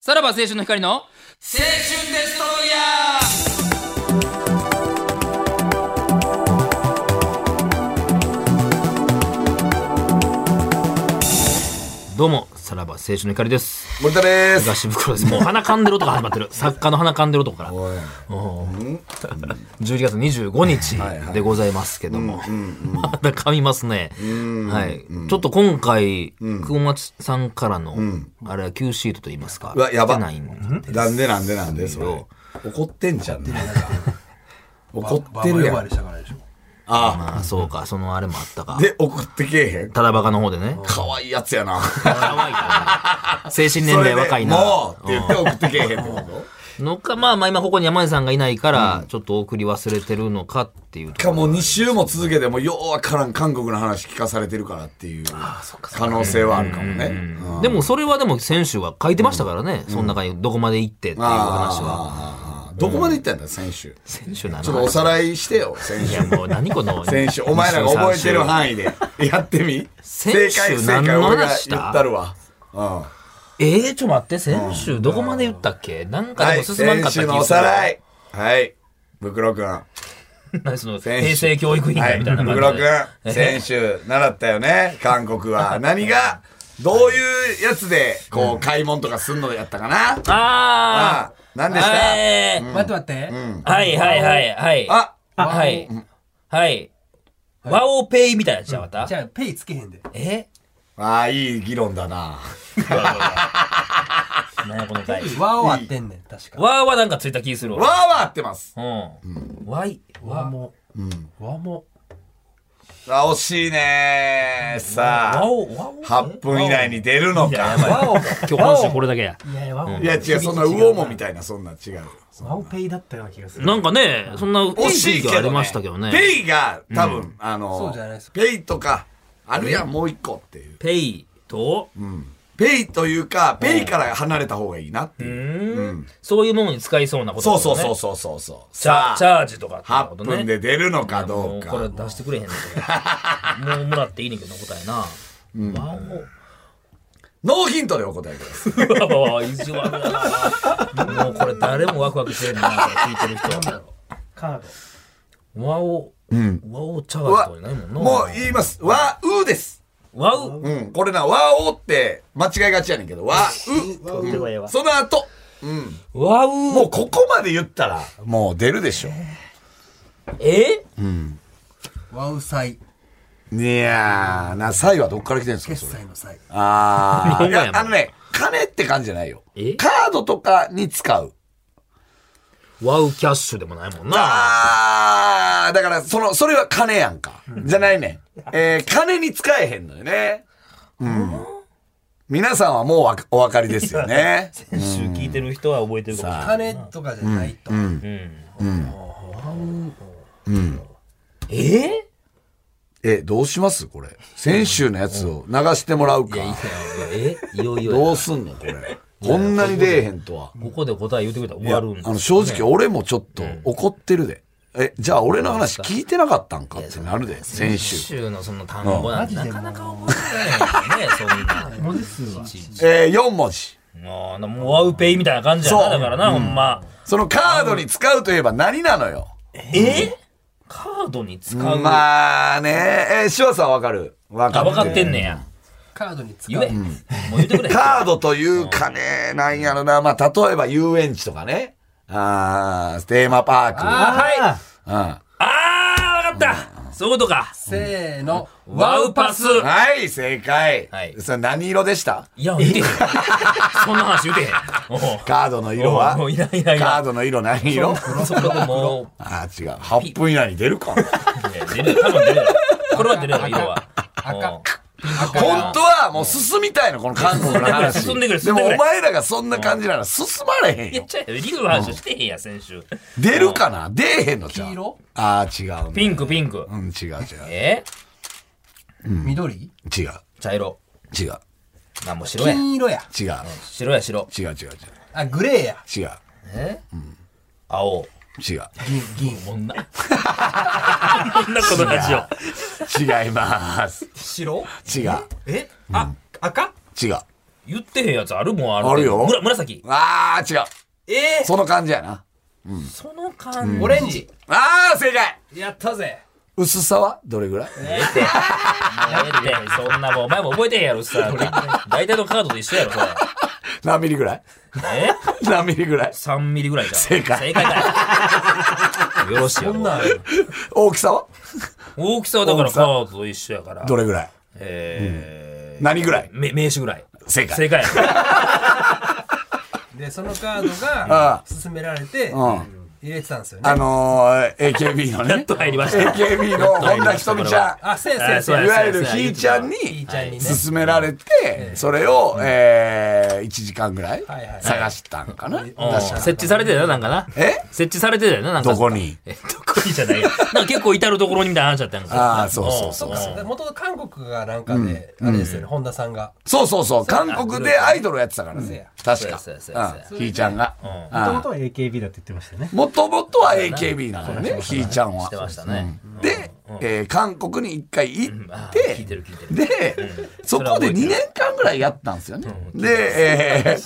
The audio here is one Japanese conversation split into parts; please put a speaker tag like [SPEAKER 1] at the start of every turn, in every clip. [SPEAKER 1] さらば青春の光の青春デストロイヤーどうもさらば青春の光です
[SPEAKER 2] 森田です。
[SPEAKER 1] 東袋ですもう鼻かんでる音が始まってる作家の鼻かんでる音から
[SPEAKER 2] おい
[SPEAKER 1] 12月25日でございますけども、 まだ噛みますね、はい、ちょっと今回、久間さんからの、あれは Q シートと言いますか
[SPEAKER 2] うわやば
[SPEAKER 1] 来てないんで
[SPEAKER 2] なんでなんでなんでそれ。怒ってんじ ゃん。なんか怒ってるやん。
[SPEAKER 3] したからでしょ
[SPEAKER 2] あ
[SPEAKER 1] まあそうかそのあれもあったか
[SPEAKER 2] あ。で、怒ってけえへん。
[SPEAKER 1] ただバカの方でね
[SPEAKER 2] 可愛いやつやな。
[SPEAKER 1] 精神年齢若いな
[SPEAKER 2] それでもうって言って送ってけえへんってこ
[SPEAKER 1] のかまあまあ今ここに山根さんがいないからちょっと送り忘れてるのかっていう
[SPEAKER 2] と
[SPEAKER 1] と
[SPEAKER 2] か
[SPEAKER 1] こ
[SPEAKER 2] もう2週も続けてもようわからん韓国の話聞かされてるからっていう可能性はあるかもね。うん
[SPEAKER 1] でもそれはでも選手は書いてましたからね、その中にどこまで行ってっていう話は
[SPEAKER 2] ああどこまで行ったんだ、選手。ち
[SPEAKER 1] 選手なの
[SPEAKER 2] ょっとおさらいしてよ、選
[SPEAKER 1] い
[SPEAKER 2] 手
[SPEAKER 1] や。もう何こ の
[SPEAKER 2] 選手、お前らが覚えてる範囲でやってみ。
[SPEAKER 1] 選手
[SPEAKER 2] 正解、正
[SPEAKER 1] 何
[SPEAKER 2] 解、
[SPEAKER 1] の
[SPEAKER 2] 俺が
[SPEAKER 1] 話した
[SPEAKER 2] 言ったるわ。うん。
[SPEAKER 1] えー、ちょ待って選手どこまで言ったっけなんか
[SPEAKER 2] は
[SPEAKER 1] でも
[SPEAKER 2] い、
[SPEAKER 1] 進まん
[SPEAKER 2] 選
[SPEAKER 1] かった
[SPEAKER 2] 手
[SPEAKER 1] 気
[SPEAKER 2] の
[SPEAKER 1] が
[SPEAKER 2] お
[SPEAKER 1] す
[SPEAKER 2] さら
[SPEAKER 1] る
[SPEAKER 2] い。はい。ブクロ君。は
[SPEAKER 1] 何その
[SPEAKER 2] 選手
[SPEAKER 1] 平成教育委員会
[SPEAKER 2] い。
[SPEAKER 1] み
[SPEAKER 2] ブ
[SPEAKER 1] たいな
[SPEAKER 2] クロ
[SPEAKER 1] 感じで
[SPEAKER 2] 君、選手、習ったよね、韓 国は。何が、どういうやつで、こう、買い物とかすんのやったかな
[SPEAKER 1] あ
[SPEAKER 2] ああ、何
[SPEAKER 1] ー
[SPEAKER 2] でした
[SPEAKER 1] えー
[SPEAKER 3] 待って待って。
[SPEAKER 1] はいはいはいはい
[SPEAKER 2] あ、
[SPEAKER 1] あはいはいワオペイみたいなやつじゃんまた
[SPEAKER 3] じゃあ、ペイつけへんで。
[SPEAKER 1] え
[SPEAKER 2] ああ、いい議論だな。
[SPEAKER 1] 何やこの回
[SPEAKER 3] ワを割ってんねん、確か。
[SPEAKER 1] わーはなんかついた気する
[SPEAKER 2] わー
[SPEAKER 1] わ。
[SPEAKER 2] わー合ってます。
[SPEAKER 1] うん。わい。
[SPEAKER 3] 和
[SPEAKER 1] わも。
[SPEAKER 3] も。和も。
[SPEAKER 2] あ、惜しいねさ
[SPEAKER 1] わ
[SPEAKER 2] あ、
[SPEAKER 1] お、わお。
[SPEAKER 2] 8分以内に出るの
[SPEAKER 1] いやや
[SPEAKER 2] か。
[SPEAKER 1] ばい
[SPEAKER 3] 和を。
[SPEAKER 1] 今日今週これだけや。
[SPEAKER 3] いやいや、和を。
[SPEAKER 2] いや、違う、そんな、ウオモみたいな、そんなん違う。
[SPEAKER 3] 和をペイだったような気がする。
[SPEAKER 1] なんかね、そんな
[SPEAKER 2] 惜しいけ
[SPEAKER 1] 雰囲気があ
[SPEAKER 2] ど、
[SPEAKER 1] り
[SPEAKER 2] ね。
[SPEAKER 1] ましたけどね。
[SPEAKER 2] ペイが、多分、あの、
[SPEAKER 3] そうじゃないです
[SPEAKER 2] ペイとか、あるやん、もう一個っていう。
[SPEAKER 1] ペイと、
[SPEAKER 2] ペイというか、ペイから離れた方がいいなっていう。
[SPEAKER 1] うん。そういうものに使いそうなこと
[SPEAKER 2] そ
[SPEAKER 1] だ
[SPEAKER 2] う
[SPEAKER 1] よね。
[SPEAKER 2] そうそうそうそうそう。
[SPEAKER 1] チャ
[SPEAKER 2] さ
[SPEAKER 1] チ
[SPEAKER 2] あ、
[SPEAKER 1] ャージとかって
[SPEAKER 2] 8
[SPEAKER 1] ことね。
[SPEAKER 2] 分で出るのかど
[SPEAKER 1] も
[SPEAKER 2] う
[SPEAKER 1] うこれ
[SPEAKER 2] か。
[SPEAKER 1] 出してくれへんのこれもうもらっていいねんけどな答えな。わ
[SPEAKER 2] ノーヒントでお答えください。
[SPEAKER 1] お。わわ、意地悪やな。もうこれ誰もワクワクしてるな、これ聞いてる人。
[SPEAKER 3] カード。
[SPEAKER 1] わお。わおチャージとかじゃないもんな。
[SPEAKER 2] もう言います。わ、うです。
[SPEAKER 1] わう。
[SPEAKER 2] うん。これな、わおって間違いがちやねんけど、わ、う。
[SPEAKER 1] ではええわ
[SPEAKER 2] その後、
[SPEAKER 1] わう。
[SPEAKER 2] もうここまで言ったら、もう出るでしょ。
[SPEAKER 1] え
[SPEAKER 3] 和う債。
[SPEAKER 2] いやー、な、サイはどっから来てるんですか、
[SPEAKER 3] 決
[SPEAKER 2] それ。
[SPEAKER 3] 済の債。
[SPEAKER 2] あ
[SPEAKER 1] 日
[SPEAKER 2] ー。
[SPEAKER 1] 本
[SPEAKER 2] い
[SPEAKER 1] 語やもん
[SPEAKER 2] や、あのね、金って感じじゃないよ
[SPEAKER 1] え。
[SPEAKER 2] カードとかに使う。
[SPEAKER 1] ワウキャッシュでもないもんな。
[SPEAKER 2] あー、だから、その、それは金やんか。じゃないねん。えー、金に使えへんのよね。うん。皆さんはもうわお分かりですよね。
[SPEAKER 1] 先週聞いてる人は覚えてるかもしれない。
[SPEAKER 3] 金とかじゃないと。
[SPEAKER 1] ええ
[SPEAKER 2] え、どうしますこれ。先週のやつを流してもらうか。
[SPEAKER 1] えいよいよや
[SPEAKER 2] どうすんのこれ。こんなに出えへんとは。
[SPEAKER 1] ここで答え言ってくれたら終わるん
[SPEAKER 2] あ
[SPEAKER 1] だ
[SPEAKER 2] の、正直俺もちょっと怒ってるで。え、じゃあ俺の話聞いてなかったんかってなるで、先週。
[SPEAKER 1] 週のその単語なんてなかなか覚えてないよね、そんな。文字数は。
[SPEAKER 2] えー、4文字。
[SPEAKER 1] ああ、もうワウペイみたいな感じや
[SPEAKER 2] そ
[SPEAKER 1] な、だ
[SPEAKER 2] う
[SPEAKER 1] からな、ほんま。
[SPEAKER 2] そのカードに使うといえば何なのよ。
[SPEAKER 1] えカードに使う。あ、
[SPEAKER 2] まあね、えー、シュワさんわかるわかって
[SPEAKER 1] 分
[SPEAKER 2] る
[SPEAKER 1] かってんねや。
[SPEAKER 3] カードに使
[SPEAKER 1] 言
[SPEAKER 3] う
[SPEAKER 1] え。。もう言ってくれ。
[SPEAKER 2] カードというかね、なんやろな、まあ、例えば遊園地とかね、あーテーマパーク。
[SPEAKER 1] あはい。あ
[SPEAKER 2] うん
[SPEAKER 1] あ、分かった。そういうことか。
[SPEAKER 3] せーの。
[SPEAKER 1] ワウパス。
[SPEAKER 2] はい、正解。
[SPEAKER 1] はい
[SPEAKER 2] それ何色でした
[SPEAKER 1] いや、言 ってへん。そんな話言ってへん。おう
[SPEAKER 2] カードの色は
[SPEAKER 1] おういないいないいない
[SPEAKER 2] カードの色何色
[SPEAKER 1] そこでもう。
[SPEAKER 2] あー違う。8分以内に出るか。
[SPEAKER 1] いや出る多分出るやろこれは出るやろ色は
[SPEAKER 3] 赤
[SPEAKER 2] 本当はもう進みたいの、この韓国の話。
[SPEAKER 1] 進んでくれ
[SPEAKER 2] で
[SPEAKER 1] 進んで
[SPEAKER 2] も
[SPEAKER 1] くれ
[SPEAKER 2] お前らがそんな感じなら進まれへん
[SPEAKER 1] 言っ
[SPEAKER 2] よ。
[SPEAKER 1] ちゃえよリグの話してへんや先週
[SPEAKER 2] 出るかな出えへんのじゃん
[SPEAKER 3] 黄色
[SPEAKER 2] あー違うね。
[SPEAKER 1] ピンクピンク
[SPEAKER 2] うん、違う違う。
[SPEAKER 1] え
[SPEAKER 3] 緑
[SPEAKER 2] 違う。
[SPEAKER 1] 茶色
[SPEAKER 2] 違う。
[SPEAKER 1] なんも白や
[SPEAKER 3] 金色や。
[SPEAKER 2] 違う。
[SPEAKER 1] 白や白
[SPEAKER 2] 違う違う違う。
[SPEAKER 3] あ、グレーや。
[SPEAKER 2] 違う。
[SPEAKER 1] え青
[SPEAKER 2] 違う。
[SPEAKER 3] 銀、銀。
[SPEAKER 1] こんなこんなこのラジオ
[SPEAKER 2] 違います。
[SPEAKER 3] 白
[SPEAKER 2] 違う。
[SPEAKER 3] えあ、赤
[SPEAKER 2] 違う。
[SPEAKER 1] 言ってへんやつあるもん、ある。
[SPEAKER 2] あるよ
[SPEAKER 1] むら紫。
[SPEAKER 2] あー、違う。
[SPEAKER 3] え
[SPEAKER 2] その感じやな。
[SPEAKER 1] その感
[SPEAKER 3] ー、
[SPEAKER 1] じ。
[SPEAKER 3] オレンジ。
[SPEAKER 2] あー、正解
[SPEAKER 3] やったぜ。
[SPEAKER 2] 薄さはどれぐらい
[SPEAKER 1] ええって。もうええって。そんなもん、お前も覚えてへんやろ、さ。大体のカードと一緒やろ、それ。
[SPEAKER 2] 何ミリぐらい
[SPEAKER 1] え
[SPEAKER 2] 何ミリぐらい
[SPEAKER 1] ?3 ミリぐらいか。
[SPEAKER 2] 正解
[SPEAKER 1] 正解かい。よろしいや
[SPEAKER 3] そん
[SPEAKER 1] ろ。
[SPEAKER 3] なんある
[SPEAKER 2] 大きさは
[SPEAKER 1] 大きさはだからカードと一緒やから。
[SPEAKER 2] どれぐらい
[SPEAKER 1] えー、
[SPEAKER 2] 何ぐらい
[SPEAKER 1] め名刺ぐらい。
[SPEAKER 2] 正解
[SPEAKER 1] 正解やろ。
[SPEAKER 3] で、そのカードが
[SPEAKER 2] あ
[SPEAKER 3] 勧められて、
[SPEAKER 2] ん
[SPEAKER 3] 入れてたんですよ
[SPEAKER 2] あ
[SPEAKER 3] ね。
[SPEAKER 2] のー、AKB の
[SPEAKER 1] やっ
[SPEAKER 2] ね
[SPEAKER 1] と。入りました。
[SPEAKER 2] AKB の本田ひとみちゃ
[SPEAKER 3] あ、せん
[SPEAKER 1] あ
[SPEAKER 3] せん
[SPEAKER 1] そう
[SPEAKER 3] せ
[SPEAKER 1] や
[SPEAKER 2] ん、
[SPEAKER 3] ん
[SPEAKER 2] いわゆるひーちゃん
[SPEAKER 3] ひ
[SPEAKER 2] に
[SPEAKER 3] ーちゃんにね。
[SPEAKER 2] 勧められて、それを、えー、1時間ぐらい
[SPEAKER 3] はいはい
[SPEAKER 2] 探したんかな確
[SPEAKER 1] うん
[SPEAKER 2] か。
[SPEAKER 1] 設置されてたよ、なんかな。
[SPEAKER 2] え
[SPEAKER 1] 設置されてたよな、なんか。
[SPEAKER 2] どこに
[SPEAKER 1] え、どこにじゃないよ。なんか結構至るところにみたいな話だったんか。
[SPEAKER 2] あーそうそうそ
[SPEAKER 3] そうかそうか、
[SPEAKER 1] ん
[SPEAKER 3] 元々韓国がなんかで、あれですよね、本田さんが。
[SPEAKER 2] そうそうそう。韓国でアイドルをやってたからね。確か。
[SPEAKER 1] そうやそうやそうや
[SPEAKER 2] うんひーちゃんが。
[SPEAKER 4] もともとは AKB だって言ってましたよね。
[SPEAKER 2] もともとは AKB なのよね、ひーちゃんは
[SPEAKER 1] して。ましたね。
[SPEAKER 2] で、えー韓国に一回行っ
[SPEAKER 1] うんあー聞いてる聞いて
[SPEAKER 2] て、
[SPEAKER 1] る
[SPEAKER 2] で、そこで2年間ぐらいやったんですよね。で、 えー
[SPEAKER 1] はい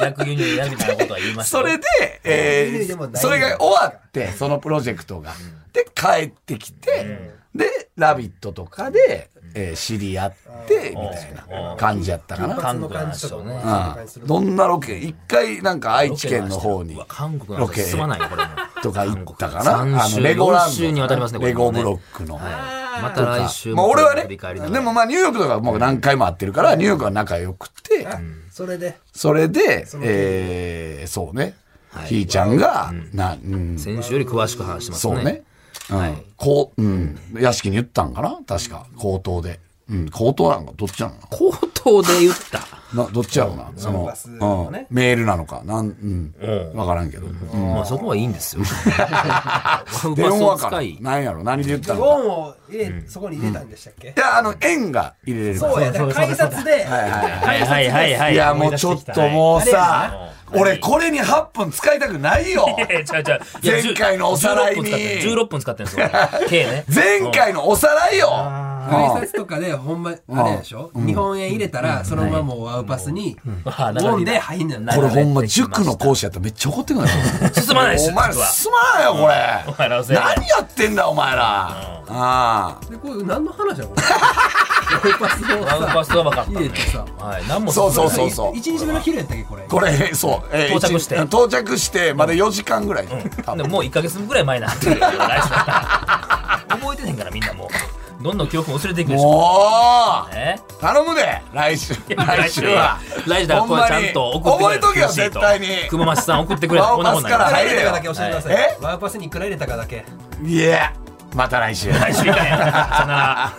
[SPEAKER 1] 逆輸入やみたいなことは言いましたよ。
[SPEAKER 2] それで、え
[SPEAKER 3] でもない
[SPEAKER 2] ー、それが終わって、そのプロジェクトが。で、帰ってきて、で、ラビットとかで、えー知り合って、みたいな感じやったかな。
[SPEAKER 1] 韓国の話とかね。
[SPEAKER 2] うんどんなロケ一回なんか愛知県の方に
[SPEAKER 1] うわ韓国の
[SPEAKER 2] ロケ
[SPEAKER 1] 話進まないよ、これ も。
[SPEAKER 2] とか行ったか
[SPEAKER 1] 韓国
[SPEAKER 2] な。
[SPEAKER 1] 三
[SPEAKER 2] あの
[SPEAKER 1] 週
[SPEAKER 2] レゴラン
[SPEAKER 1] 四
[SPEAKER 2] ド
[SPEAKER 1] 週にわたりますね
[SPEAKER 2] の
[SPEAKER 1] こ
[SPEAKER 2] ね。レ
[SPEAKER 1] れもね
[SPEAKER 2] ゴブロックの。
[SPEAKER 1] また来週
[SPEAKER 2] まあ俺はね、
[SPEAKER 1] 振り返りながら
[SPEAKER 2] でもまあニューヨークとか僕何回も会ってるから、ニューヨークは仲良くて、
[SPEAKER 3] それで、
[SPEAKER 2] それで、えーそうね、ひーちゃんが、な、うん、
[SPEAKER 1] 先週より詳しく話してます
[SPEAKER 2] そう
[SPEAKER 1] ね
[SPEAKER 2] ね。。うん。こう、うん。屋敷に言ったんかな確か。口頭で。うん。口頭なんか、どっちなのか
[SPEAKER 1] 口頭で言った。
[SPEAKER 2] ななどっちやろうな。その、
[SPEAKER 3] ス
[SPEAKER 2] う
[SPEAKER 3] の
[SPEAKER 2] ん
[SPEAKER 3] ね。
[SPEAKER 2] メールなのか。なん、うん。わからんけど。うん
[SPEAKER 1] まあそこはいいんです よ。
[SPEAKER 2] 電話か
[SPEAKER 1] まあ
[SPEAKER 2] な
[SPEAKER 1] そう使い
[SPEAKER 2] 何やろ何で言った
[SPEAKER 3] ウ
[SPEAKER 2] の
[SPEAKER 3] ォ
[SPEAKER 2] か
[SPEAKER 3] ンを入れ、そこに入れたんでしたっけ
[SPEAKER 2] いや、あの、円が入れれるから
[SPEAKER 3] そうや、だから改札で、
[SPEAKER 1] はいはいはいはい。
[SPEAKER 2] いや、もうちょっともうさ、
[SPEAKER 1] はい
[SPEAKER 2] 俺これに8分使いたくないよ。
[SPEAKER 1] えちゃうちゃういや
[SPEAKER 2] 前回のおさらいに
[SPEAKER 1] 16分使ってるんですよ。K ね。
[SPEAKER 2] 前回のおさらいよ。
[SPEAKER 3] 改札とかで、ほんま、あれでしょ日本円入れたら、そのままもうアウパスに、ウ
[SPEAKER 1] あー
[SPEAKER 3] ォンで入んねん。
[SPEAKER 2] これ
[SPEAKER 1] 流
[SPEAKER 2] ほんま
[SPEAKER 1] てきした
[SPEAKER 2] 塾の講師やったらめっちゃ怒ってくるよ。
[SPEAKER 1] 進まないです
[SPEAKER 2] お前ら
[SPEAKER 1] 塾は
[SPEAKER 2] すまないよ、これ。
[SPEAKER 1] 前らのせいで
[SPEAKER 2] 何やってんだ、お前ら。ああ。
[SPEAKER 3] で、これ何の話やこれ。アウパスを
[SPEAKER 1] アウパスは分かった
[SPEAKER 3] さ、入れてさ。
[SPEAKER 1] はい、何も
[SPEAKER 2] そうそうそう
[SPEAKER 1] う。
[SPEAKER 2] そう。
[SPEAKER 3] 一日目の昼やったっけ、これ。
[SPEAKER 2] これ、そう。えー
[SPEAKER 1] 到着して
[SPEAKER 2] 一到着して、まだ4時間ぐらい。多
[SPEAKER 1] で
[SPEAKER 2] 分
[SPEAKER 1] ももう1ヶ月ぐらい前になってるよ、来週だったら 覚えてへんからみんなもう。どんどん記憶も薄れていくでしょ。
[SPEAKER 2] もう
[SPEAKER 1] ね
[SPEAKER 2] 頼むで来週来週は
[SPEAKER 1] 来週だからこれちゃんと送って
[SPEAKER 2] ほんまに覚えとけよ
[SPEAKER 1] くれ
[SPEAKER 2] 絶対に
[SPEAKER 1] 熊町さん送ってくれた
[SPEAKER 2] ワオ
[SPEAKER 1] こんなもん
[SPEAKER 2] パス
[SPEAKER 3] いく
[SPEAKER 2] から
[SPEAKER 1] な
[SPEAKER 3] ら
[SPEAKER 1] い
[SPEAKER 3] 入れたかだけ教えてくださ
[SPEAKER 2] はい
[SPEAKER 3] い。ワウパスにいくら入れたかだけ。
[SPEAKER 2] いやまた来週
[SPEAKER 1] 来週いかへんさよなら